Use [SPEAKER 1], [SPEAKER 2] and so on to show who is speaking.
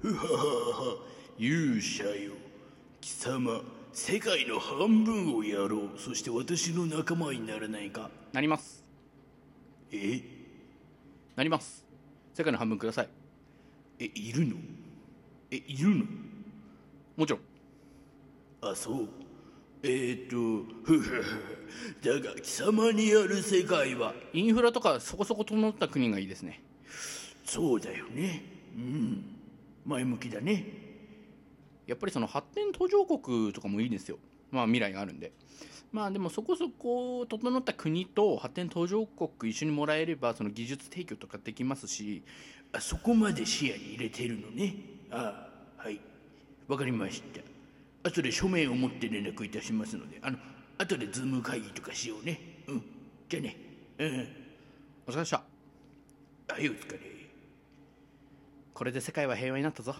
[SPEAKER 1] ふはははは勇者よ貴様世界の半分をやろうそして私の仲間にならないか
[SPEAKER 2] なります
[SPEAKER 1] え
[SPEAKER 2] なります世界の半分ください
[SPEAKER 1] えいるのえいるの
[SPEAKER 2] もちろん
[SPEAKER 1] あそうえー、っとふふふだが貴様にある世界は
[SPEAKER 2] インフラとかそこそこ整った国がいいですね
[SPEAKER 1] そうだよねうん前向きだね
[SPEAKER 2] やっぱりその発展途上国とかもいいですよまあ未来があるんでまあでもそこそこ整った国と発展途上国一緒にもらえればその技術提供とかできますし
[SPEAKER 1] あそこまで視野に入れてるのねあはいわかりました後で書面を持って連絡いたしますのであの後でズーム会議とかしようねうんじゃあねうん
[SPEAKER 2] お疲れっした
[SPEAKER 1] はいお疲れ
[SPEAKER 2] これで世界は平和になったぞ